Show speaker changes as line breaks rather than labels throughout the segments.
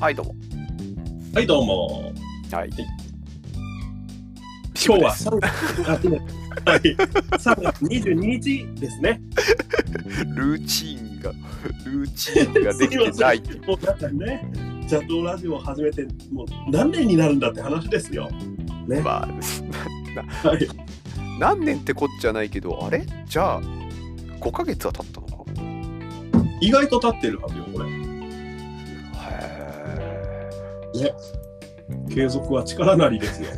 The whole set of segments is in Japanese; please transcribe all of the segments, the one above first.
はい、どうも。
はい、どうも。
はい。
今日は3月あいいねはい、3月22日ですね。
ルーチンが、 ルーチンができてないっていう。
もうなんかね、ジャトーラジオを始めて、もう何年になるんだって話ですよ。ね。
まあ、
はい、
何年ってこっちゃないけど、あれじゃあ、5ヶ月は経ったのか
意外と経ってるはずよ、これ。
へ
継続は力なりですよ。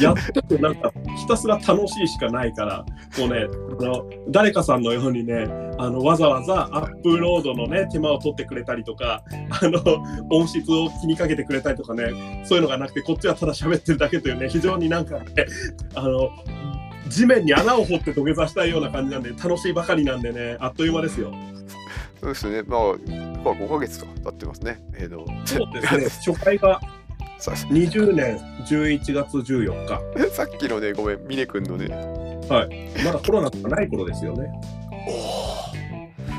やっててなんかひたすら楽しいしかないからこうねあの誰かさんのようにねあのわざわざアップロードのね手間を取ってくれたりとかあの音質を気にかけてくれたりとかねそういうのがなくてこっちはただ喋ってるだけというね非常になんかねあの地面に穴を掘って土下座したいような感じなんで楽しいばかりなんでねあっという間ですよ。
そうですね。まあ、まあ、5ヶ月とか経ってますね。えーの、
そうですね初回が
さ
20年11月14日
さっきのね、ごめん、峰君のね、
まだコロナとかない頃ですよね。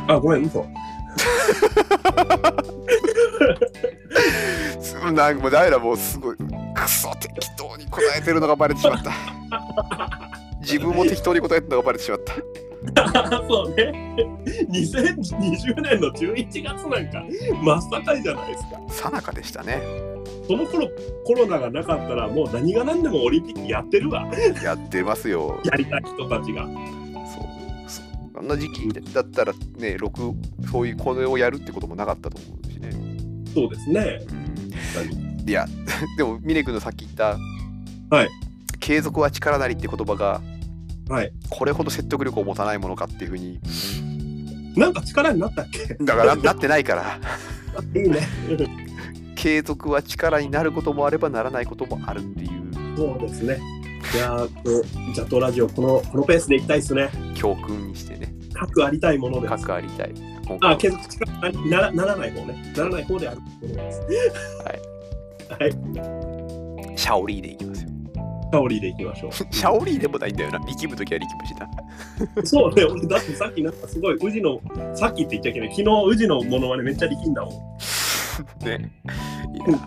お
あ、ごめん、嘘。
ーなんかもう、ダイラもうすごい、クソ適当に答えてるのがバレてしま った。自分も適当に答えてるのがバレてしまった。
そうね。2020年の11月なんか、真っ盛りじゃないですか。
さなかでしたね。
その頃、コロナがなかったら、もう何が何でもオリンピックやってるわ。
やってますよ。
やりたい人たちが。
そうそうあんな時期だったらね録そういうこれをやるってこともなかったと思うしね、
そうですね。
いや でも峰君のさっき言った「
はい
継続は力なり」って言葉が
はい。
これほど説得力を持たないものかっていうふうに
なんか力になったっけ
だからななってないから
いいね。
継続は力になることもあればならないこともあるっていう
そうですね。いやー、こうジャトーラジオ、この、このペースでいきたいですね。
教訓にしてね
各ありたいものです。
各ありたい今回
あ、継続力にならならない方ね。ならない方であると思います。はい。はい。
シャオリーでいきますよ
タオリーでいきましょう。
シャオリーでもないんだよな力む時は力むしな
そうね、俺だってさっきなんかすごい、宇治の、さっきって言っちゃいけない、昨日宇治のものまねめっちゃ力んだもん。
ね。いや。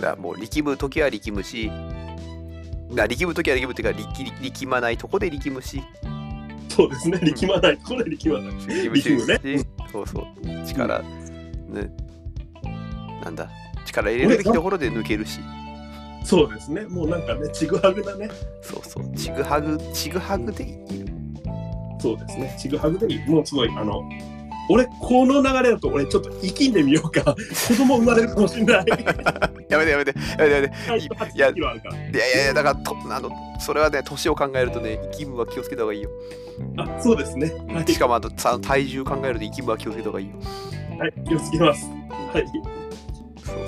だ からもう力む時は力むし、な力む時は力むっていうか力力力まないとこで力むし、
そうですね、力まない、これ力まない。
力むし、
力むね
そうそう、力、ね、なんだ、力入れるべきところで抜けるし、
そうですね、もうなんかね、ちぐはぐだね。
そうそう、ちぐはぐ、ちぐはぐでいい。
そうですね、ちぐはぐでいい。もうすごい、あの、俺、この流れだと、俺、ちょっと生きんでみようか。子供生まれるかもし れない。
やめてやめて、やめてやめて。
最初8キロあるか
いやいやいや、だからと、あの、それはね、年を考えるとね、力むは気をつけた方がいいよ。
ら。あ、そうですね。はい、
しかも、あと、さ体重考えると力むは気をつけた方がいいよ。
はい、気をつけます。はい。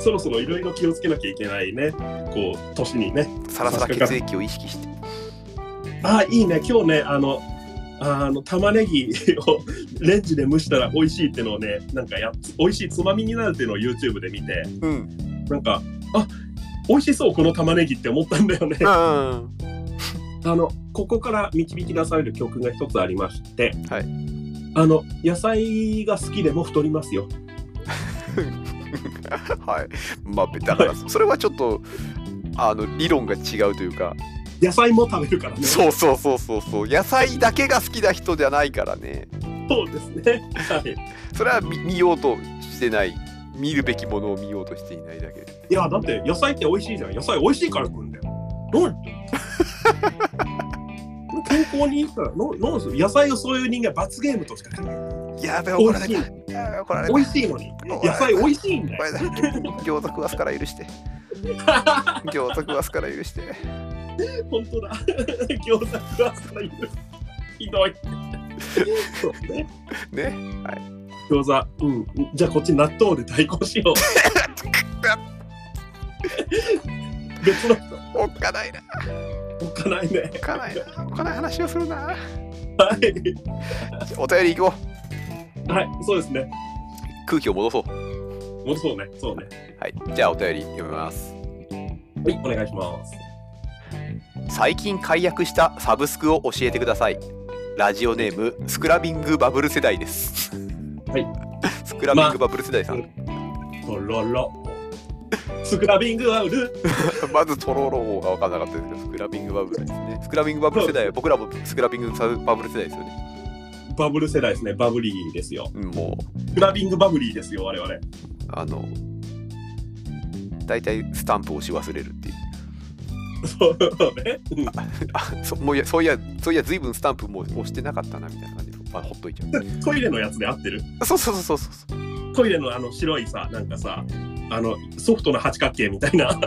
そろそろいろいろ気をつけなきゃいけないね、こう、年にね。
さらさら血液を意識して。
あいいね今日ねあのあの玉ねぎを レンジで蒸したら美味しいってのをねなんかや美味しいつまみになるっていうのを YouTube で見て
うん。
なんかあ美味しそうこの玉ねぎって思ったんだよねあ
うん
のここから導き出される教訓が一つありまして、
はい
あの野菜が好きでも太りますよ
はい。まあ、だから、それはちょっと、あの、理論が違うというか、
野菜も食べるからね
そうそうそうそうそう、野菜だけが好きな人じゃないからね。
そうですねはい
それは見見ようとしてない。見るべきものを見ようとしていないだけ。
いやだって野菜って美味しいじゃん野菜美味しいから食うんだよどうやって健康にいいからののする野菜をそういう人間罰ゲームとしか考えない
やべえ、
美
怒ら
味
れ
しい
た。やべえ怒られた。
美味しいのに
怒
野
ら
菜
れ
美
た
味しいんだ
怒
よ
られた餃子食わすから許 して。餃子食わすから許して。
本当だ 餃子食わすのひどいそうね
ね。
餃子うんじゃあこっち納豆で対抗し よう別の人
おっかないな。
置かないね
おっかないな。おっかない話をするな。
はい
お便り行こう。
はいそうですね
空気を戻そう。
もうそうねそうね
はい。じゃあ、お便り読みます。
はいお願いします
最近解約したサブスクを教えてくださいラジオネームスクラビングバブル世代です
はい
スククラミングバブル世代さん、
とろろ。スクラビングは売る。
まずトロローが分からなかったですけど、スクラビングバブルですね。スクラビングバブル世代、僕らもスクラビングバブル世代ですよね。
バブル世代ですね。バブリーですよ。
うんもう、
スクラビングバブリーですよ、我々。
あの、大体スタンプ押し忘れるっていう。
そうね。うん
あそもうい やそういや、そういや、ずいぶんスタンプもう押してなかったなみたいな感じで、まあ、ほっといちゃ う。
トイレのやつで合ってる
そうそうそうそうそう。
トイレのあの白いさ、なんかさ、あのソフトの八角形みたいな。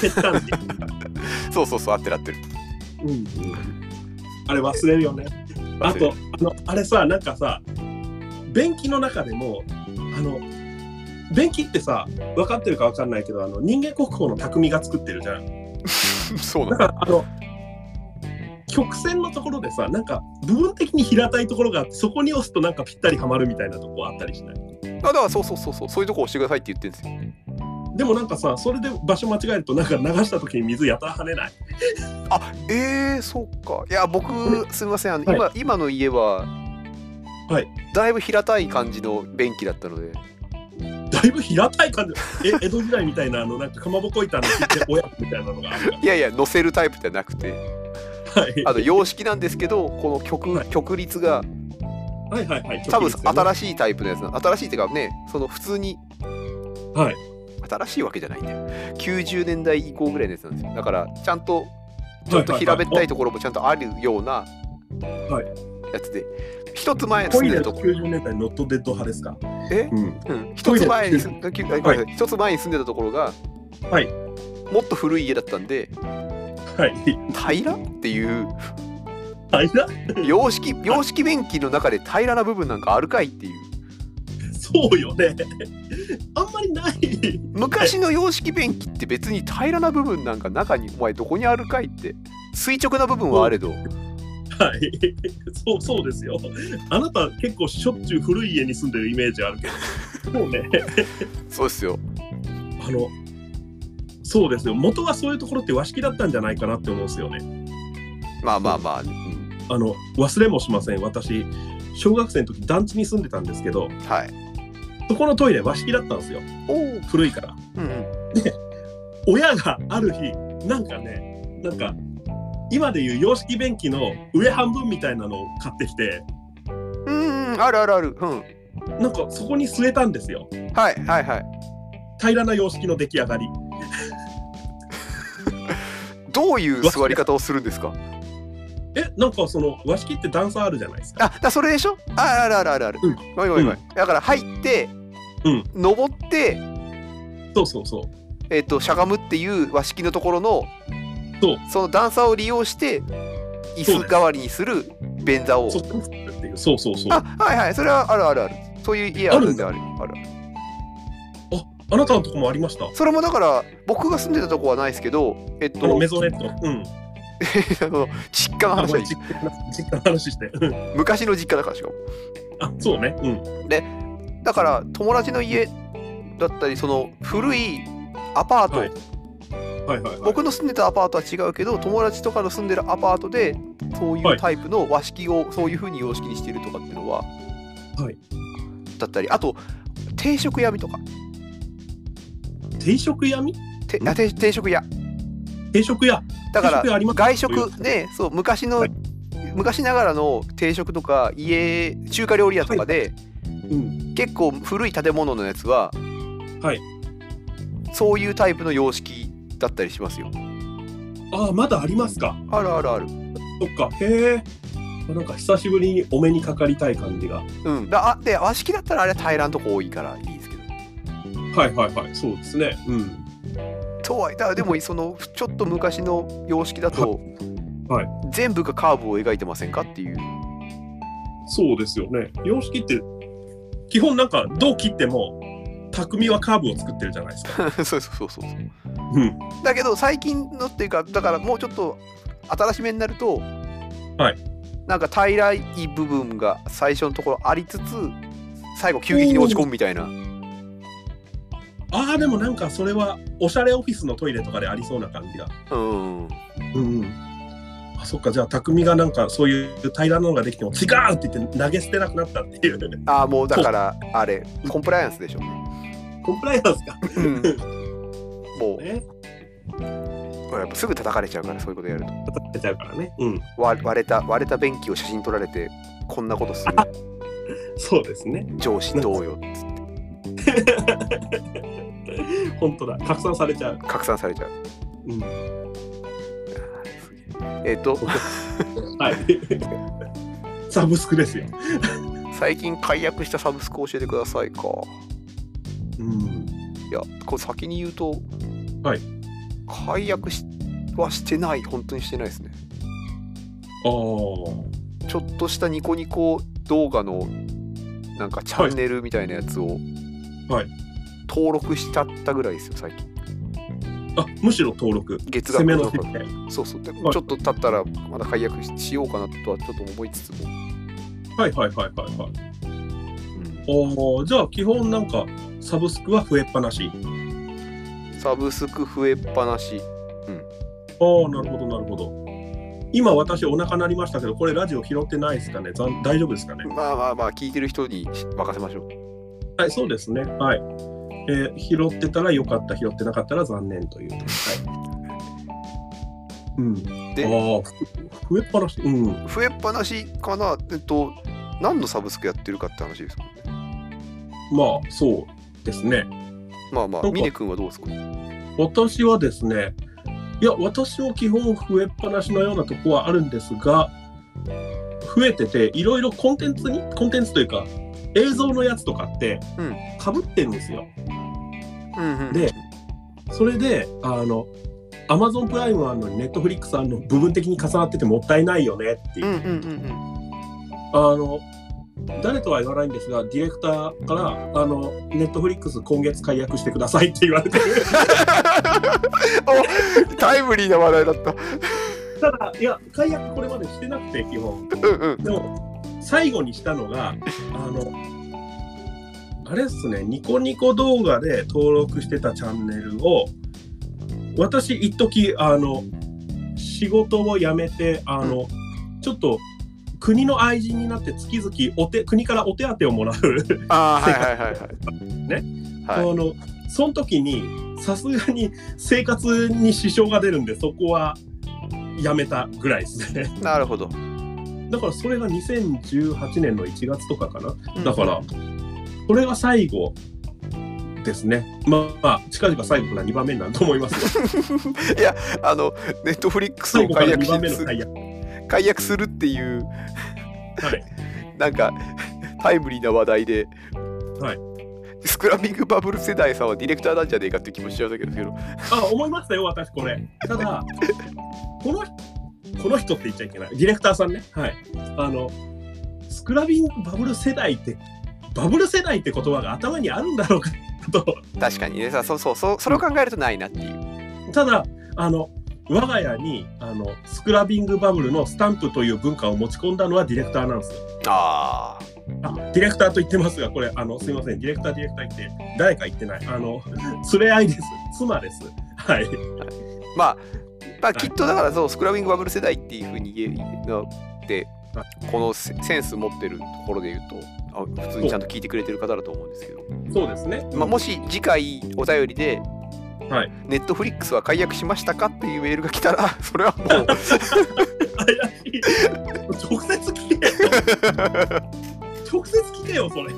ぺったんこ
そうそうそう、合ってる合ってる。
あれ忘れるよね。あ
忘れ
と、あの、あれさ、なんかさ、便器の中でも、あの、便器ってさ、分かってるか分かんないけど、あの人間国宝の匠が作ってるじゃん。
る そうなん
だか
だ。
ら、あの、曲線のところでさ、なんか部分的に平たいところがあって、そこに押すとなんかぴったりはまるみたいなとこあったりしない
あ、だからそうそうそうそう、そういうとこ押してくださいって言ってるんですよ。
でもなんかさ、それで場所間違えると、なんか流した時に水やたら跳ねない。
あえー、そっか。いや、僕、すみません、あの
はい
今今の家は、
はい
だいぶ平たい感じの便器だったので、
だいぶ平たい感じ。え、 江戸時代みたいな、あの、なんかかまぼこ板の切って、おやつみたいなのがあるか
いやいや、乗せるタイプじゃなくて、
ら。はい。
あの洋式なんですけど、この曲曲率が、
はいはいはい。
多分
し
新しいタイプのやつな新しいっていうかねその普通に
はい
新しいわけじゃないんだよ90年代以降ぐらいのやつなんですよだからちゃんとちょっと平べったいところもちゃんとあるような
はい
やつで一つ前に
ト
住
イ
んで
レ
る
の
とこ
90年代ノットデッド派ですか
え
うん。
うん一つ前に住ん
トイレ
一つ前に住んでたところが
はい
もっと古い家だったんで
はい。
平らっていう
平ら
洋 式洋式便器の中で平らな部分なんかあるかいっていう
そうよね。あんまりない。
昔の洋式便器って別に平らな部分なんか中にお前どこにあるかいって垂直な部分はあれど
はい。そう、そうですよ。あなた結構しょっちゅう古い家に住んでるイメージあるけど。そうね。
そうっすよ
あの、そうですよ。元はそういうところって和式だったんじゃないかなって思うんですよね。
まあまあまあ、うん
あの忘れもしません私小学生の時団地に住んでたんですけど
はい
そこのトイレ和式だったんですよ
おお
古いから
うん
親がある日なんかねなんか今でいう洋式便器の上半分みたいなのを買ってきて
うんうんあるあるあるうん
なんかそこに据えたんですよ
はいはいはい
平らな洋式の出来上がり
どういう座り方をするんですか
えなんかその和式って段差あるじゃないですか
あだそれでしょああるあるあるある
うん
ごめんごめんごめんだから入って
うん
登って
そうそうそう
えっとしゃがむっていう和式のところの
そう
その段差を利用して椅
そう
子代わりにする便座を
そこに据えるっていうそうそうそう
あ
あ
はいはいそれはあるあるあるそういう家あるんであるある
なたのとこもありました
それもだから僕が住んでたとこはないですけどえっ
あの
と
メゾネットうん
あの実家の
あ
話は
ごめ
いい
ん実家の実家の話してうん
昔の実家だからしかも
あそうねうん
だから友達の家だったりその古いアパート、
はいはいはい、はい、
僕の住んでたアパートは違うけど友達とかの住んでるアパートでそういうタイプの和式をそういう風に様式にしてるとかっていうのは、
はい
だったりあと定食屋みとか
定食屋み
てあ定定食屋
定食屋
だから
定食屋あります
外食ねそう昔の、
はい
昔ながらの定食とか家中華料理屋とかで、
うん
結構古い建物のやつは、
はい
そういうタイプの様式だったりしますよ
ああまだありますか
あるあるある
そっかへえなんか久しぶりにお目にかかりたい感じがは
うんだあで和式だったらあれは平らんとこ多いからいいですけど
いはいはいそうですねうん
とはいだからでもそのちょっと昔の様式だと、
はい
全部がカーブを描いてませんかっていう
そうですよね様式って基本なんかどう切っても匠はカーブを作ってるじゃないです か
そうそうそうそう
うん
だけど最近のっていうかだからもうちょっと新しめになると、
はい、
なんか平らい部分が最初のところありつつ最後急激に落ち込むみたいな
ああでもなんかそれはおしゃれオフィスのトイレとかでありそうな感じが
うん
うんあそっかじゃあ匠がなんかそういう平らなのができても違うって言って投げ捨てなくなったっていうね
ああもうだからあれコンプライアンスでしょ
コンプライアンスか
うんも
ね
うやっぱすぐ叩かれちゃうからそういうことやると
叩かれちゃうからねうん
割割れた割れた便器を写真撮られてこんなことする
そうですね
上司どうよ
本当だ拡散されちゃう
拡散されちゃう
うん
えっ、と
はい サブスクですよ
最近解約したサブスク教えてくださいか
うん
いやこれ先に言うと
はい
解約しはしてない本当にしてないですね
ああ
ちょっとしたニコニコ動画のなんかチャンネルみたいなやつを
はい
登録しちゃったぐらいですよ最近
あむしろ登録
月
攻
額
め
の
の
と
設
か
定
そうそうでちょ
は
っ
い
と経ったらまだ解約ししようかなとはちょっと思いつつも、
はいはいはいはいはいおーじゃあ基本なんかサブスクは増えっぱなし
サブスク増えっぱなし
ああなるほどなるほど今私お腹鳴りましたけどこれラジオ拾ってないですかねざん大丈夫ですかね
まあまあまあ聞いてる人に任せましょう
はいそうですねはい、えー拾ってたらよかった拾ってなかったら残念というはいうん
で
ああ増えっぱなしうん
増えっぱなしかなえっと何のサブスクやってるかって話ですもんね
まあそうですね
まあま
な
あ
んか
峰君はどうですか
私はですねいや私も基本増えっぱなしのようなとこはあるんですが増えてていろいろコンテンツにコンテンツというか映像のやつとかって
うん
かぶってるんですよ。
うんうん
でそれであの Amazon プライムあるのに Netflix あるの部分的に重なっててもったいないよねっていうう、
んうんうん
あの誰とは言わないんですがディレクターから「あの Netflix 今月解約してください」って言われて
うんおタイムリーな話題だった
ただいや解約これまでしてなくて基本。
うんうん
でも最後にしたのがあのあれっすねニコニコ動画で登録してたチャンネルを私一時あの仕事を辞めてあの、ちょっと国の愛人になって月々お手国からお手当をもらう
ああはいはいはいはいは
そのその時にさすがに生活に支障が出るんでそこはやめたぐらいですね
いなるほど
だからそれが2018年の1月とかかな
うん
だから、これが最後ですね。まあ、まあ、近々最後から2番目になると思います が
いやあのネットフリックス
最
を
後から
解約
2
し
番目の解約。は
解約するっていう
い。
なんかタイムリーな話題で、
は
スクラミングバブル世代さんはディレクターなんじゃねえかって気もしちゃうんだけど
あ、思いましたよ、私これ。ただ、この人、この人って言っちゃいけない。ディレクターさんね。はい。あの、スクラビングバブル世代って、バブル世代って言葉が頭にあるんだろうかと。
確かにねさそうそうそうそれを考えるとないなっていう
ただ、あの、我が家にあのスクラビングバブルのスタンプという文化を持ち込んだのはディレクターなんですよ
あ
あディレクターと言ってますが、これ、あのすみません、ディレクター、ディレクター言って、誰か言ってない、あの連れ合いです、妻です。はい、
ーまあまあきっとだからそうスクラミングバブル世代っていうふうに言えのって
は
このセセンス持ってるところで言うとあ普通にちゃんと聞いてくれてる方だと思うんですけど、
そうですね。
まあ、もし次回お便りで
はい
ネットフリックスは解約しましたかっていうメールが来たら それはもう
怪しい 直接聞けよ、直接聞けよ、それ。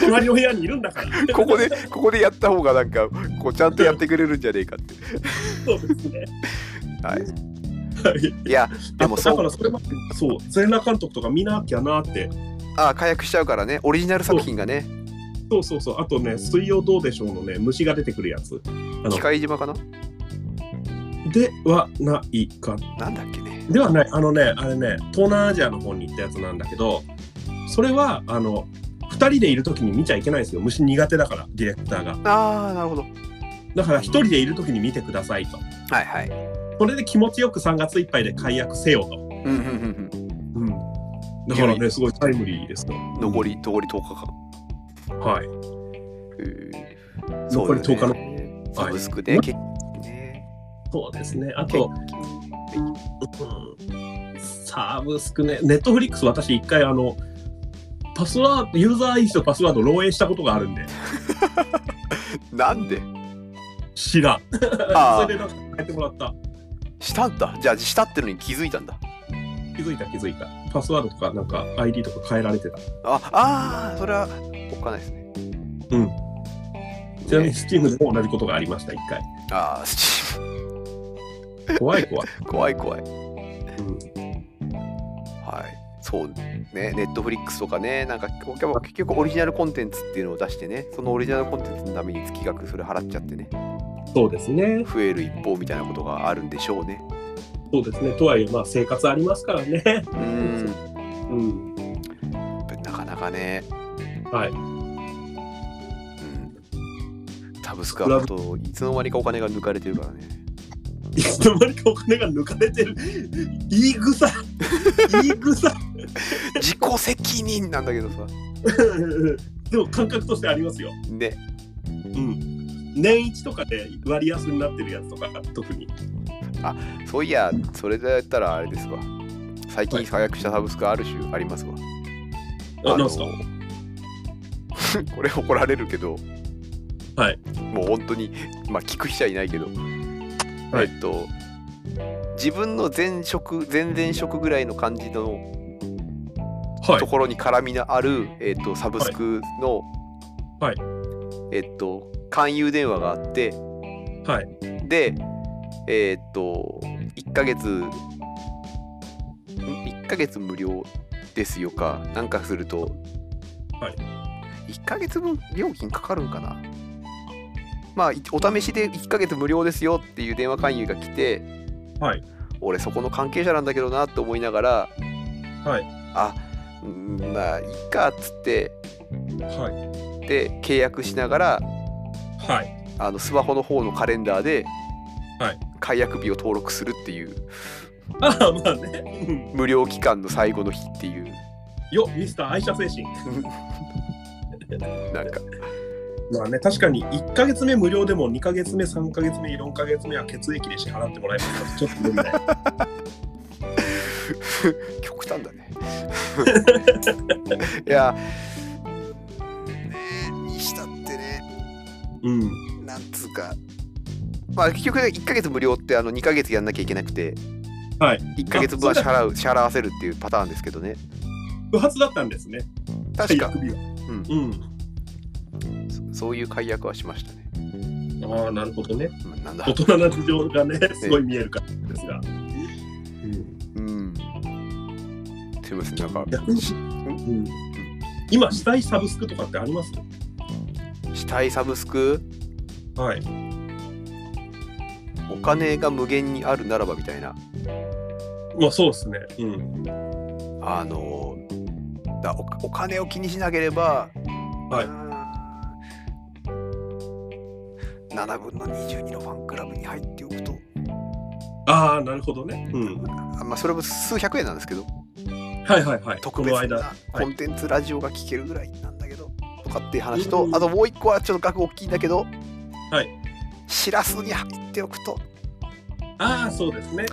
隣の部屋にいるんだから。
ここでここでやった方がなんかこうちゃんとやってくれるんじゃねえかって。
そうですね。
はい、
はい、
いやでも
だ
そ
か
う
らそれもそう、全裸監督とか見なきゃなって、
ああ解約しちゃうからねオリジナル作品がね
そうそうそう、あとね、水曜どうでしょうのね、虫が出てくるやつあ
機械島かな
ではないか
なんだっけね
ではないあのねあれね東南アジアの方に行ったやつなんだけどそれはあの2人でいる時に見ちゃいけないんですよ虫苦手だからディレクターが
ああなるほど
だから1人でいる時に見てくださいと
はいはい
それで気持ちよく3月いっぱいで解約せよと、
うんうんうん
うん、だから
いや
ねすごいタイムリーですよ
うん残り残り10日間
はい
へー
残り10日
そうだよねサブスクで、
はい
けね
そうですねあ
け
とうんサブスクね、ネットフリックス、私、一回、あの、パスワード、ユーザー ID とパスワード漏洩したことがあるんで、
なんで
知らん。
あ
そ
あ
れで、なんか帰ってもらった。
したんだじゃあしたってのに気づいたんだ
気づいた、気づいた。パスワードとか、なんか、ID とか変えられてた。
ああーそれはおっかないですね
うんちなみに、
ね
Steam でも同じことがありました、一回。
ああスチー
怖い怖い。
ム 怖い怖い
うん
はいそうねネットフリックスとかねなんか結局結局オリジナルコンテンツっていうのを出してねそのオリジナルコンテンツのために月額それ払っちゃってね
そうですね。
増える一方みたいなことがあるんでしょうね
そうですね。とはいえ、まあ、生活ありますからね。
うん
うん。
なかなかね
はい。
うんサブスクアップといつの間にかお金が抜かれてるからね
いつの間にかお金が抜かれてる。言い草。言い草。
自己責任なんだけどさ
でも感覚としてありますよ。
ね
うん。年一とかで割安になってるやつとか、特に。
そういやそれでやったらあれですわ最近解約したサブスクある種ありますわ
あ、
あ
な
の
んすか
これ怒られるけど
はい
もう本当にまあ聞く人はいないけど、
はい
えっと自分の前職前々職ぐらいの感じの
は
と。ころに絡みのある、えっとサブスクの、
はい
えっと勧誘電話があって、
はい
でえっと1ヶ月ん1ヶ月無料ですよかなんかすると、
は
1ヶ月分料金かかるんかなまあいお試しで1ヶ月無料ですよっていう電話勧誘が来て、
はい
俺そこの関係者なんだけどなって思いながら、
はい
あうんまあいっかっつって
はい。
で契約しながら
はい。
あのスマホの方のカレンダーで、
はい
解約日を登録するっていう
ああ、まあね。うん
無料期間の最後の日っていう
よ、ミスター愛車精神。
なんか
まあね、確かに1ヶ月目無料でも2ヶ月目、3ヶ月目、4ヶ月目は血液で支払ってもらえますからちょっと無理だよ。
極端だ ねいやねえにしたってね
うん。
なんつうかまあ結局1ヶ月無料ってあの2ヶ月やんなきゃいけなくて、
はい
1ヶ月分は支払う支払わせるっていうパターンですけどね
不発だったんですね。
確か
解約日は
うん
うん。
そそういう解約はしましたね、
ああ、なるほどね。
まあなんだ
大人な事情 がね、すごい見えるからですが。うん
うんすいませんなんか
逆にうん今、したいサブスクとかってあります
死体サブスク
はい。
お金が無限にあるならばみたいな
まあ、そうですね。うん。
あのだおお金を気にしなければ、
はいう
ーん7分の22のファンクラブに入っておくと、
ああ、なるほどね。うん。
あまあ、それも数百円なんですけど
はいはいはい。
特
この
別
間。
なコンテンツラジオが聞けるぐらいなんだけど、とかっていう話と、
うん
あともう一個はちょっと額大きいんだけど、
はい
しらすに入っておくと
ああ、そうですね。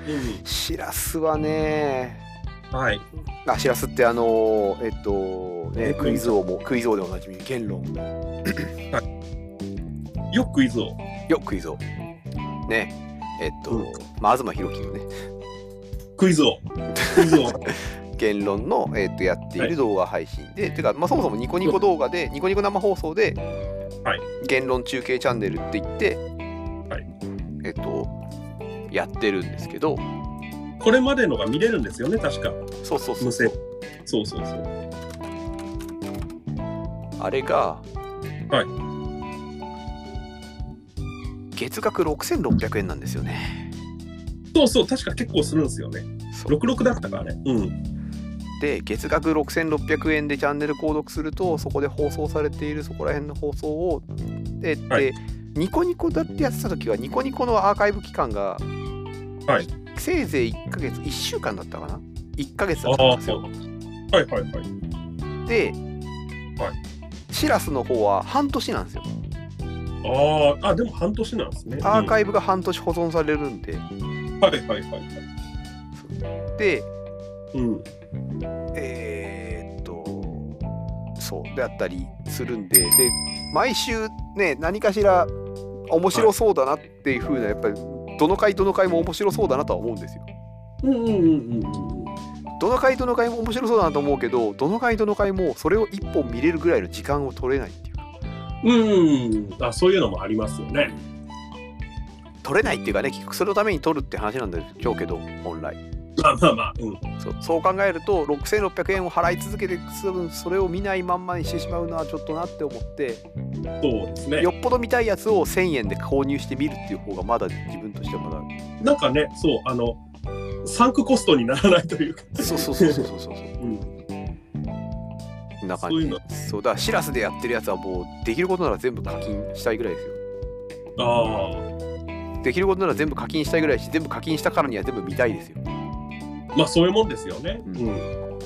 う
しらすはね
ん。はい。
あしらすってあのーえっとねクイズ王もクイズ王でおなじみ言論
よくクイズを。
よクイズ王ねえっと、
うん
まあ、東博樹のね
クイズを。クイズを。
言論の、えっと、やっている動画配信で、てか、まあ、そもそもニコニコ動画でニコニコ生放送で、
はい
言論中継チャンネルって言って、
はい
えっとやってるんですけど
これまでのが見れるんですよね、確か。
そうそうそ
無
う
線。そうそうそう。
あれが、
は
月額6600円なんですよね
そうそう、確か結構するんですよね。
そう
66だったか、あれ。うん。
で月額6600円でチャンネル購読するとそこで放送されているそこら辺の放送をでで、
はい
ニコニコだってやってた時はニコニコのアーカイブ期間が、
はい
せいぜい1ヶ月1週間だったかな1ヶ月だったん
ああ、
です
そ
よ。
うはいはいはい。
で、
は
シラスの方は半年なんですよ
あーあ、でも半年なんですね。
アーカイブが半年保存されるんで、
うんはいはいはいはい。
で、
うん、
えーっとそうであったりするんでで毎週ね何かしら面白そうだなっていう風なやっぱりどの回どの回も面白そうだなとは思うんですよ。
うんうんうんうんうん
どの回どの回も面白そうだなと思うけどどの回どの回もそれを一本見れるぐらいの時間を取れないっていうか
うんあそういうのもありますよね。
取れないっていうかね結局それのために取るって話なんでしょうけど本来
まあまあまあ、うん、
そうそう考えると6600円を払い続けて多分それを見ないまんまにしてしまうのはちょっとなって思って
そうですね。
よっぽど見たいやつを1000円で購入してみるっていう方がまだ自分としてはまだ
なんかね、そう、あの、サンクコストにならないというか、
そうそうそうそうそうそうそ
うん、
んな感
そうい
じ
うの
そうだからシラスでやってるやつはもうできることなら全部課金したいぐらいですよ
あ
できることなら全部課金したいぐらいし全部課金したからには全部見たいですよ
あ、まあそういうもんですよね。
う
うんん、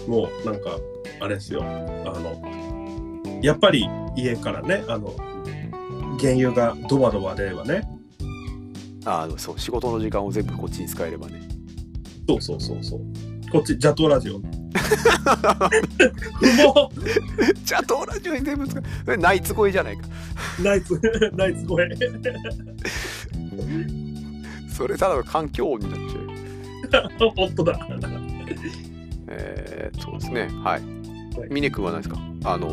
もうなんか、あれですよ、あの、やっぱり家からね、あの、原油がドバドバではね、
あのそう仕事の時間を全部こっちに使えればね
そうそうそうそう、こっち、ジャトーラ ジオ。も
じゃあどうラジオに全部使うえナイツ声じゃないか
う、ナイツ、 ナイツ声。
それただの環境音になっちゃうよ
本当だ。
えー、そうですねはい
はい
峰君は何ですかあの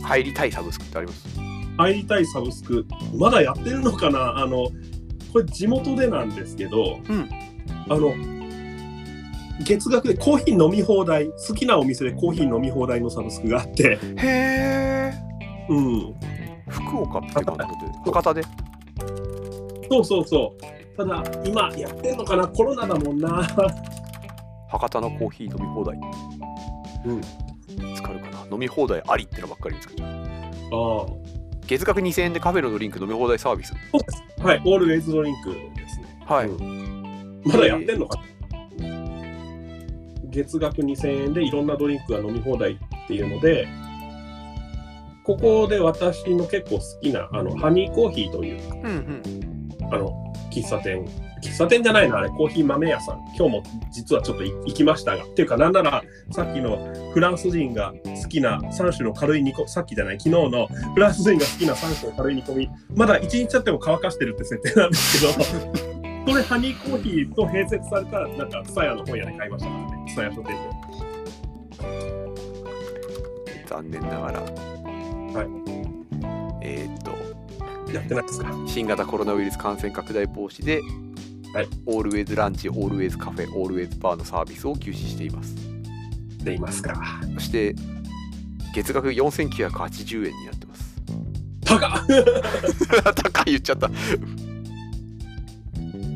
入りたいサブスクってあります
入りたいサブスク、まだやってるのかなあの、これ地元でなんですけど、
うん
あの、月額でコーヒー飲み放題、好きなお店でコーヒー飲み放題のサブスクがあって、
へえ
うん、
福岡って感じで博多で
そうそうそう。ただ、今やってんのかなコロナだもんな。
博多のコーヒー飲み放題
うん。
使うかな飲み放題ありってのばっかりですけど
あ
月額2000円でカフェのドリンク飲み放題サービス
あ。はい、オールウェイズドリンクですね。
はい、
うんまだやってんのかな、月額2000円でいろんなドリンクが飲み放題っていうので、ここで私の結構好きな、あの、ハニーコーヒーという、
うんうん
あの、喫茶店。喫茶店じゃないな、あれ、コーヒー豆屋さん。今日も実はちょっとい行きましたが。っていうか、なんなら、さっきのフランス人が好きな3種の軽い煮込み、さっきじゃない、昨日のフランス人が好きな3種の軽い煮込み、まだ1日経っても乾かしてるって設定なんですけど、それ、ハニーコーヒーと併設された、なんか、さやの本屋で買いましたからね、さや書店
残念ながら
い
えーっと
で。やってないですか。
新型コロナウイルス感染拡大防止で、
はい
オールウェイズランチオールウェイズカフェオールウェイズバーのサービスを休止しています
でいますか。
そして月額4980円になってます
高っ
高い言っちゃった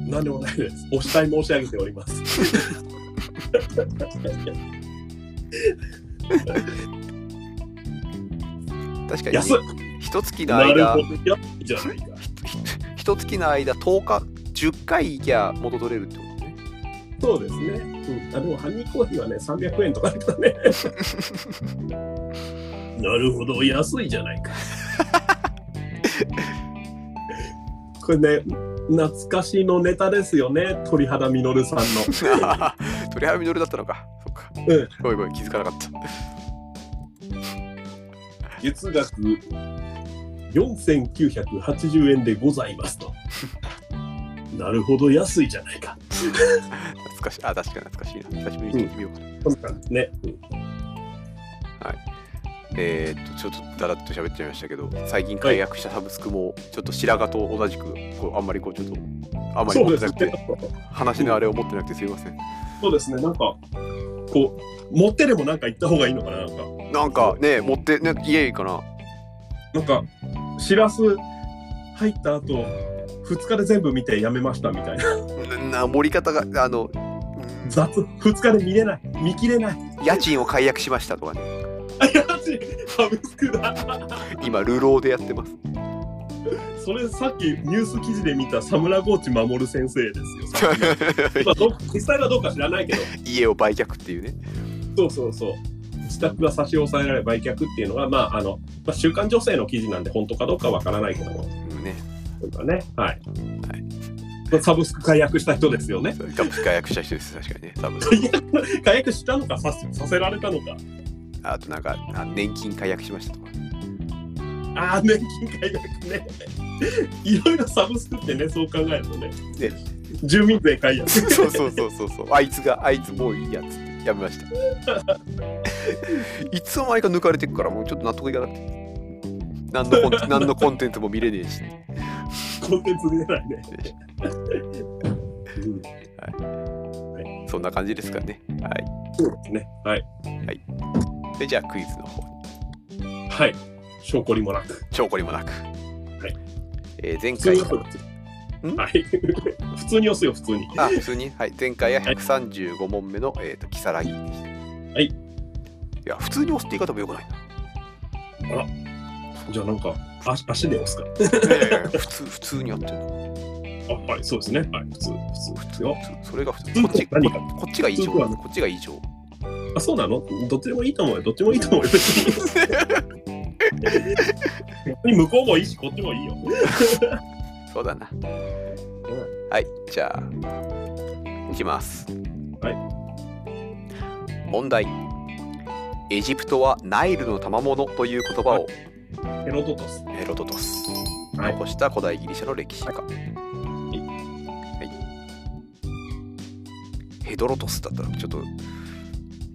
なんでもないです。お慕い申し上げております。
確かに、ね
安っ、
一月の
なる
間
ほど。安いじゃないか。
一月の間10日10回行きゃ元取れるってことね
そうですね。うん、あでもハニーコーヒーはね、300円とかだった ね。なるほど、安いじゃないか。これね、懐かしのネタですよね、鳥肌みのるさんの。
鳥羽みのるだったのかそっか
うん
ごめんごめん気づかなかった
月額4980円でございますと。なるほど、安いじゃないか。
懐かしいあ確かに懐かしいな久しぶりに聞いてみようかな、
そんなんですね。うん
えーっとちょっとだらっと喋っちゃいましたけど最近解約したサブスクもちょっと白髪と同じくこうあんまりこうちょっとあんまり
そ
持
う
って
です
なくて、
ね。
話のあれを持ってなくてすいません
そうですね。なんか、こう、持ってでもなんか言った方がいいのかな、なんか。
なんかね持ってね家いいかな
なんか、しらす入った後、2日で全部見てやめましたみたいな。
なな盛り方があのうん
雑、2日で見れない、見切れない。
家賃を解約しましたとかね
あ、やしい、サブスクだ。
今流浪でやってます
それさっきニュース記事で見たサムラゴーチ守先生ですよ。まあ、ど実際はどうか知らないけど、
家を売却っていうね
そうそうそう。自宅が差し押さえられ売却っていうのが、まあ、あの、まあ、週刊女性の記事なんで、本当かどうかわからないけども、
うんね
というかね、はい。サブスク解約した人ですよね。
多分解約した人です確かにね多 分
解約解約したのかさせさせられたのか。
あとなんかあ年金解約しましたと か
ああ、年金解約ね。いろいろサブスクってね、そう考えるとね。
ね
住民税解 約。
そうそうそうそうそうあいつがあいつもういいやつやめました いつの間にか抜かれてくからもうちょっと納得いかなくて何のコン テ何のコンテンツも見れねえし
コンテンツ出ないね。うん
そんな感じですかねは
そうですね。はい。
いでじゃあクイズの方
はい。証拠りもなく。
超こりもなく、
い
えー前
普通
回
に押すよ。
ん
はい。普通に押すよ、普通に。
あ普通に、はい、前回は135問目の、えー、とキサラギでした。
い
いや、普通に押すって言い方もよくない
じゃあなんか、足足で押すか。
な。いやいやいや普通、普通にやってるの。
あはい、そうですね。はい、普通、普通。
普
普
通
通よ。
それが普
普
通。
通
こっ
っ
ち
て
こ
何か
っちが異常。
普通とはね
こっちが異常。
あ、そうなのどっちでもいいと思うよ。どっちもいいと 思うよ。別に別に向こうもいいし、こっちもいいよ。
そうだな。はい、じゃあ、いきます。。
はい
問題。エジプトはナイルの賜物という言葉を
ヘロドトス。
ヘロドトス
は
残した古代ギリシャの歴史家、はいヘドロトスだったらちょっと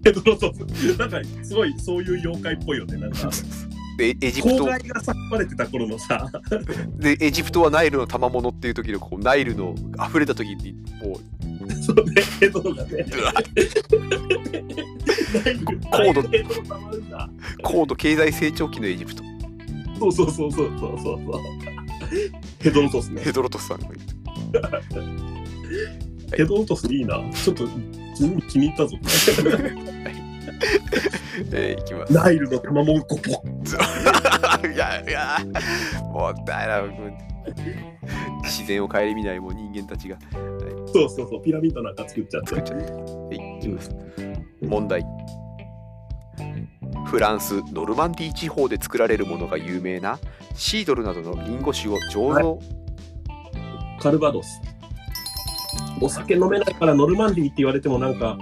ヘロドトス。なんか、すごい、そういう妖怪っぽいよね。なんか、
でエジプ
公
ト
害が叫ばれてた頃のさ、
でエジプトはナイルの賜物っていう時のこうナイルの溢れた時にもう
そうね、ヘドロがね、
うわ
高
度
ヘドロたまるんだ。
高度経済成長期のエジプト
そうそうそうそうそうそうそう。ヘドロトスね。
ヘドロトスさんが言って
ヘドロトスいいな。ちょっと地味気に入ったぞ。
えーいきます
ナイルの玉もんこぽ。
いやいやもったいない 自然を顧みないもう人間たちが
そうそうそう、ピラミッドなんか作っちゃって
作。っちゃって。はい、いきます。問題。フランス・ノルマンディー地方で作られるものが有名なシードルなどのリンゴ酒を醸造、
カルバドス。お酒飲めないからノルマンディーって言われてもなんか、ん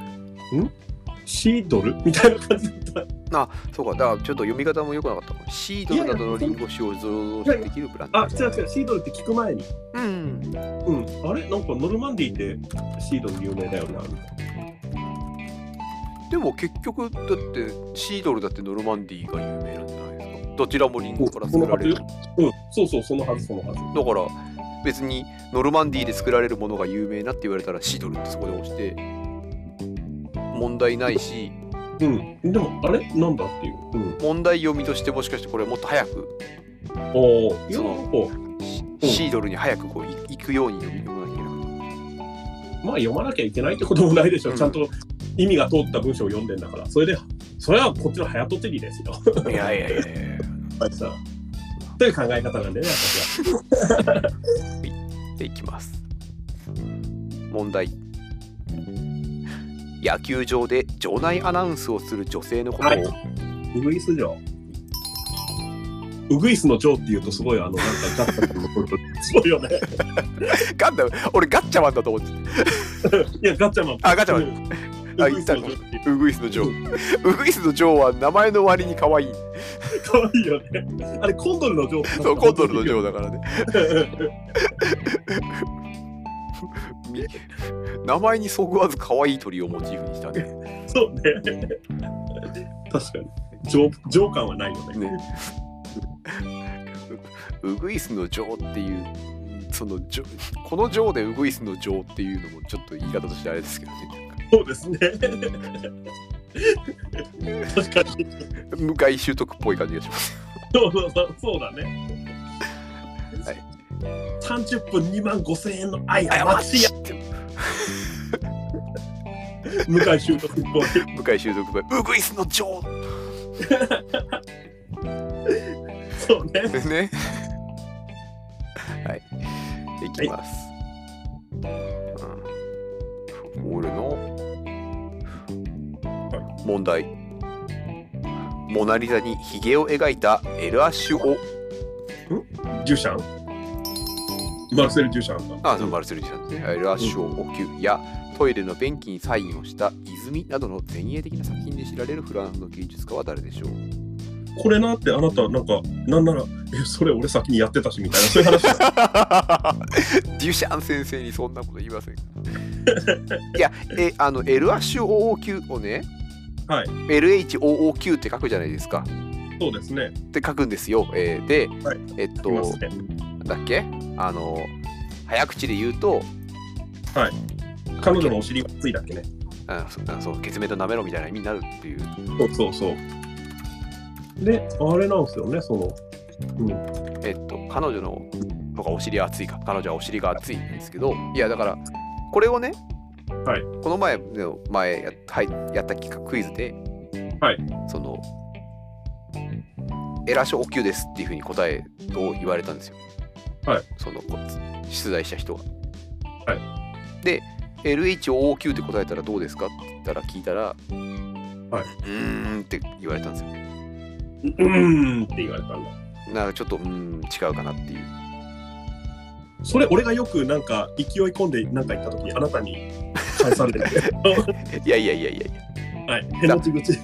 シードルみたいな感じだっ
そうか、だからちょっと読み方も良くなかったかもシードルなどのリンゴ酒を醸造できるブラン
た。
ド。
あ、違う違う、シードルって聞く前に。
うん。
うん、あれなんかノルマンディーってシードル有名だよな。
でも結局、だってシードルだってノルマンディーが有名なんじゃないですか。どちらもリンゴから作られる。だ
そ
か
うん、そうそう、そのはず、そのはず。
ら別にノルマンディーで作られるものが有名なって言われたらシードルってそこで押して問題ないし、
うん、でもあれなんだっていう。うん、
問題読みとしてもしかしてこれもっと早く
おお、いや
そ
なんか
シ
うん
シードルに早くこうい行くように読み読まなきゃいけなかっ
まあ読まなきゃいけないってこともないでしょ、
うん
ちゃんと意味が通った文章を読んでんだから、それで、それはこっちの早とちりですよ。
た。いやいやいやいや。
という考え方なんでね、私は。
でいきます。問題。野球場で場内アナウンスをする女性のことを、
はいウグイス城。ウグイスの城っていうと、すごい、あの、なんかガッタのところ、 すごいよね。
ガンダム俺ガッチャマンだと思って
いや、ガッチャマン。
あガッチャマン
ン
あ
ウグイスの城っていう
たウグイスのジョーウグイスのジョーは名前の割に可愛い
かわいいよね。あれ、コンドルの城ってなんか
そうコンドルのジョーだ からねみ名前にそぐわず可愛い鳥をモチーフにしたね
そうね。確かに。情情感はないよね。
ね、ウウグイスの女王っていうその女この女王でウグイスの女王っていうのもちょっと言い方としてあれですけどね
そうですね。確かに。
向かい習得っぽい感じがします
そうそうそう、そうだね。
はい。
三十分二万五千円の愛
あ
が待ちや。向井修徳っぽい。
向井習得っぽいウグイスの女王
そうね。
ですねはいいきます、うん、俺の問題モナ・リザにひげを描いたエルアッシュ・オ
デュシャン。マルセル・デュシャンが。
あのマルセル・デュシャンですね。ラッシュを補給やトイレの便器にサインをした泉などの前衛的な作品で知られるフランスの芸術家は誰でしょう
これなってあなたなんかなんならえそれ俺先にやってたしみたいなそういう話だ
デュシャン先生にそんなこと言いませんいやえあの LHOOQ をね、
はい
LHOOQ って書くじゃないですか
そうですね。
って書くんですよ、えーで、
はい
えっと
いますね。
なんだっけあの早口で言うと
彼女のお尻がついだっけね。
あそあそう月面と舐めろみたいな意味になるっていう
そうそうそう。で、あれなんですよね、その。うん、
えっと、彼女のとかお尻熱いか彼女はお尻が熱いんですけどいやだからこれをね、
はい
この前の前や,、はい、やった企画クイズで、
はい
その「エラショお給です」っていうふうに答えを言われたんですよ。
はい、
そのこ出題した人が。、
はい
で LHOQ って答えたらどうですかって言ったら聞いたら「
はいう
ーん」って言われたんですよ。
うんって言われたんだ。
なんかちょっとうーん違うかなっていう。
それ、俺がよくなんか勢い込んでなんか言った時にあなたに返されて て、
いやいやいやいやい
はい、へのち 口。
や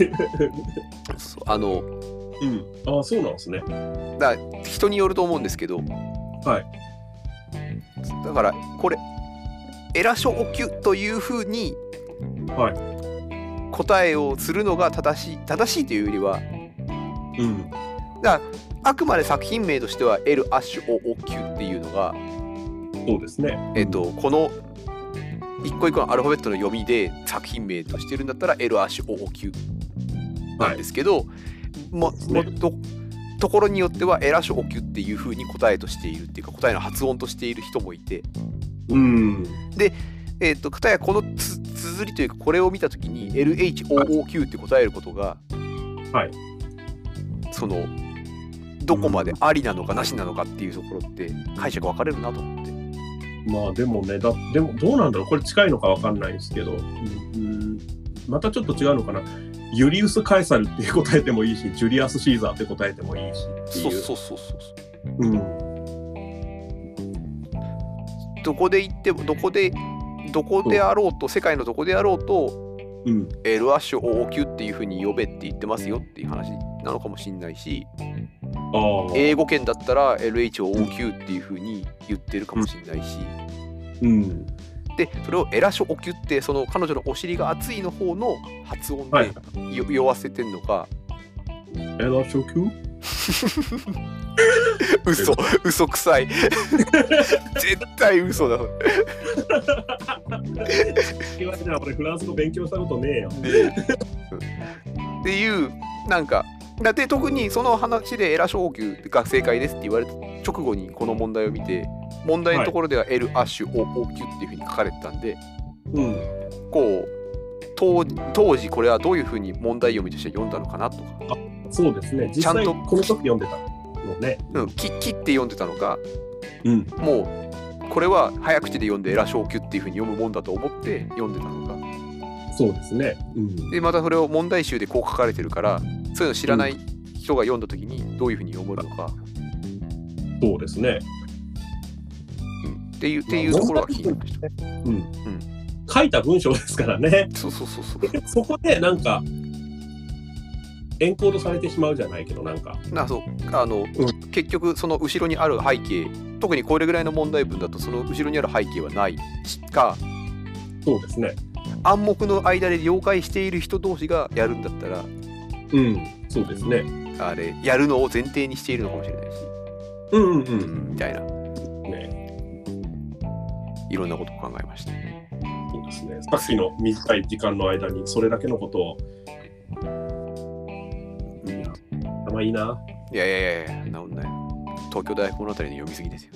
そうあの
うん、ああ、そうなんですね。
だから人によると思うんですけど、、
はい
だからこれ「エラショオキュ」というふうに
は
答えをするのが正しい正しいというよりは
うん、
あくまで作品名としては「エル・アッシュ・オ・オキュ」っていうのが、
そうですね。
えっとこの一個一個のアルファベットの読みで作品名としてるんだったら「エル・アッシュ・オ・オキュ」なんですけど、ももっと。ところによっては「エラショオキュ」っていうふうに答えとしているっていうか答えの発音としている人もいて
うん、
えっ、と、片やこのつ綴りというか、これを見たときに、LHOOQ って答えることが、
はい。
その、どこまでありなのかなしなのかっていうところって解釈分かれるなと思って。
まあでもねだ、でもどうなんだろう、これ近いのかわかんないんですけど、うん、またちょっと違うのかな、ユリウス・カエサルって答えてもいいし、ジュリアス・シーザーって答えてもいいしっていう。
うそうそう。
うん、
どこで行っても、どこで、どこであろうと、世界のどこであろうと、
うん、
LHOOQ っていうふうに呼べって言ってますよっていう話なのかもしれないし、
ああ。
英語圏だったら LHOOQ っていうふうに言ってるかもしれないし。
うん。
でそれをエラショオキュってその彼女のお尻が熱いの方の発音
はい
でよ酔わせてんのか、
エラショキュ
嘘嘘くさい絶対嘘だ
言われたら俺フランス語勉強したことねえよ。
っていうなんかだって特にその話でエラショオキュが正解ですって言われた直後にこの問題を見て問題のところではエルアッシュオオキュっていうふうに書かれてたんで
うん。
こう当当時これはどういうふうに問題読みとして読んだのかなとか、
そうですね。実
ちゃん
際
と
この時読んでたのね。
うん、き切って読んでたのか
うん。
もうこれは早口で読んで「エラ小級」っていうふうに読むもんだと思って読んでたのか
そうですね。うん。
でまたそれを問題集でこう書かれてるからそういうの知らない人が読んだ時にどういうふうに読むのか、
そうですね。
うんっていうっていうところが気になりました
うん。書いた文章ですからね。
そうそうそうそう
そこでなんか、エンコードされてしまうじゃないけど、なんか。
なそうあの、結局その後ろにある背景特にこれぐらいの問題文だとその後ろにある背景はないしか
そうですね。
暗黙の間で了解している人同士がやるんだったら
うん。そうですね。
あれやるのを前提にしているのかもしれないし、
うんうんう。
うんんみたいな
ね。
いろんなことを考えました。
そうですね。さっきの短い時間の間に、それだけのことを。
うん
あまあいいな。
いやいやいやいや、治んない。東京大学この辺りの読みすぎですよ。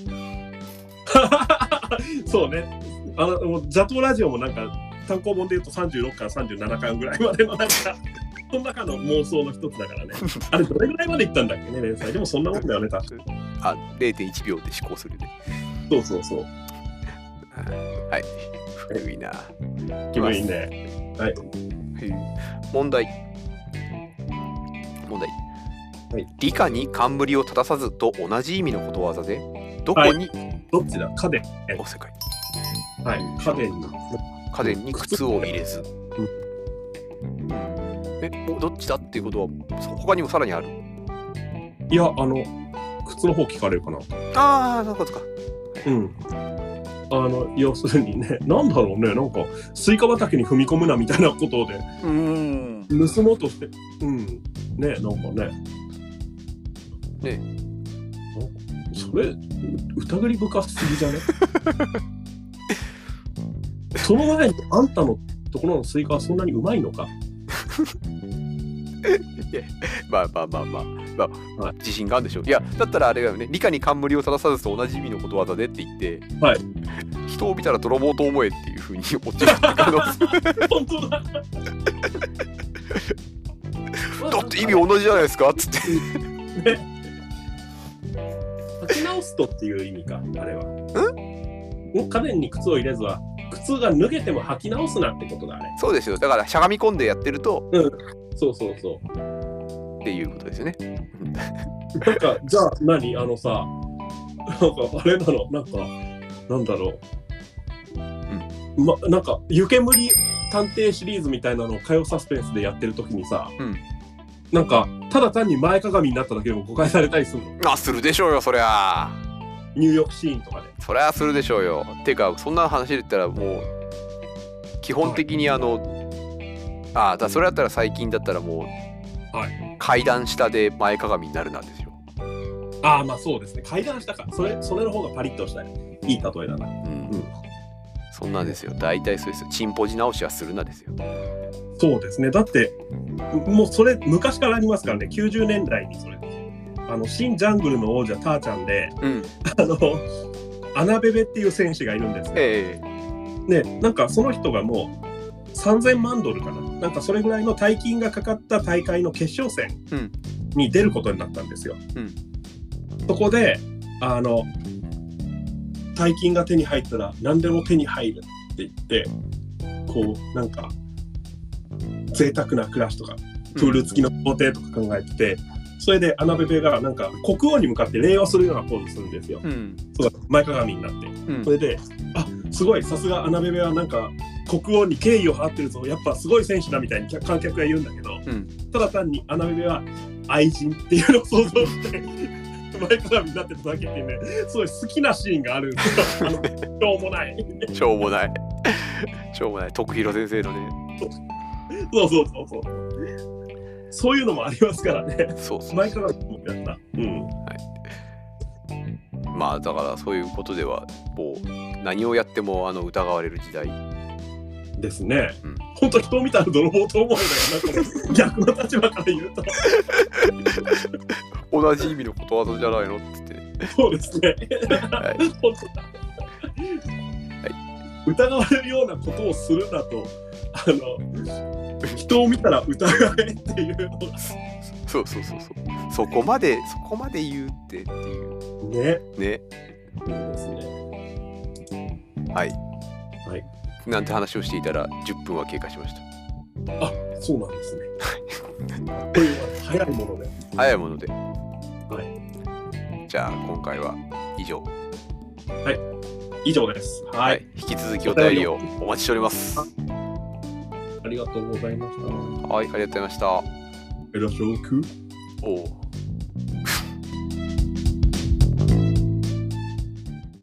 そうね。あの、もうザトラジオもなんか、単行本で言うと36巻、37巻ぐらいまでのなんか、 その中の妄想の一つだ からね。あれ、どれぐらいまで行ったんだっけね、連載。でもそんなもんだよね、確か
あ、0.1秒で思考するね。
そうそうそう。
はい。古いな。
気分いいね。はい。
問題。問題。
はい
理科に冠を正さずと同じ意味のことわざでどこに、
どっちだ家電。
お世界
はい。家電に。
家電に靴を入れず。え、おどっちだっていうことは、そ他にもさらにある。
いや、あの、靴の方聞かれるかな。
ああ、そうかそうか。
うん。あの、要するにね、なんだろうね、なんか、スイカ畑に踏み込むなみたいなことで、
うーん。
盗もうとして、うん。ね、なんかね。
ね
あそれ、う疑り深すぎじゃね その前に、あんたのところのスイカはそんなにうまいのか。
まあまあまあまあ、まあ
はい
自信があるんでしょう。いや、だったらあれだよね、理科に冠を正さずと同じ意味のことわざでって言って、
はい
人を見たら泥棒と思えっていうふうに落ちる可 能性
本当だ
だって意味同じじゃないですかっつって。
立ち直すとっていう意味か、あれは。ん家電に靴を入れずは、靴が脱げても履き直すなってことだね。
そうですよ。だからしゃがみ込んでやってると
そうそうそう。
っていうことですよね。
なんか、じゃあ何あのさ、なんかあれなの、なんか、なんだろう。ま、なんか、湯煙探偵シリーズみたいなのを火曜サスペンスでやってるときにさ、
うん
なんか、ただ単に前かがみになっただけでも誤解されたりするの。
まあ、するでしょうよ、そりゃ。
入浴シーンとかで。
そりゃするでしょうよ。てか、そんな話で言ったらもう、基本的にあの、ああ、だそれだったら最近だったらもう、
は
階段下で前かがみになるなんですよ。
ああ、まあそうですね。階段したか。それ、それの方がパリッとしたい。いい例えだな。
うん。
うん
そんなんですよ。大体そうですよ。チンポジ直しはするなですよ。
そうですね。だって、もうそれ、昔からありますからね、90年代にそれ。あの、新ジャングルの王者、ターちゃんで、
うん。
あの、アナベベっていう選手がいるんですね。
ええ
で、なんかその人がもう、3000万ドルかな。なんかそれぐらいの大金がかかった大会の決勝戦
うん
に出ることになったんですよ。
うん
そこで、あの、大金が手に入ったら何でも手に入るって言って、こう、なんか、贅沢な暮らしとかプール付きの皇帝とか考えてて、それでアナベベがなんか国王に向かって礼をするようなポーズするんですよ。
うん。
そう前かがみになって。
うん
そ。れで、あすごい、さすがアナベベはなんか国王に敬意を払ってるぞ、やっぱすごい選手だみたいに客観客が言うんだけど、
うん
ただ単にアナベベは愛人っていうのを想像して。 前かがみになってただけっていうね、すごい好きなシーンがあるんです よ。あのしょうもない。
しょうもない。 しょうもない。徳弘先生のね。
そうそうそうそう。そういうのもありますからね。
そうそう。
前からもやった。うん。
まあだからそういうことではもう何をやってもあの疑われる時代
ですね、
うん
本当人を見たら泥棒と思うのよなんか逆の立場から言うと
同じ意味のことわざじゃないのっつってね
そうですね、
はい
本当だ、疑われるようなことをするなとあの人を見たら疑えっていうの
そうそうそうそうそこまでそこまで言うってっていう
がね
ね
ですね
はい
はい
なんて話をしていたら10分は経過しました
あそうなんですねという早いもので
早いもので
は
じゃあ今回は以上
以上です
は
はい、
い引き続きお便りをお待ちしておりますは
ありがとうございました
いありがとうございました
よろしく
おお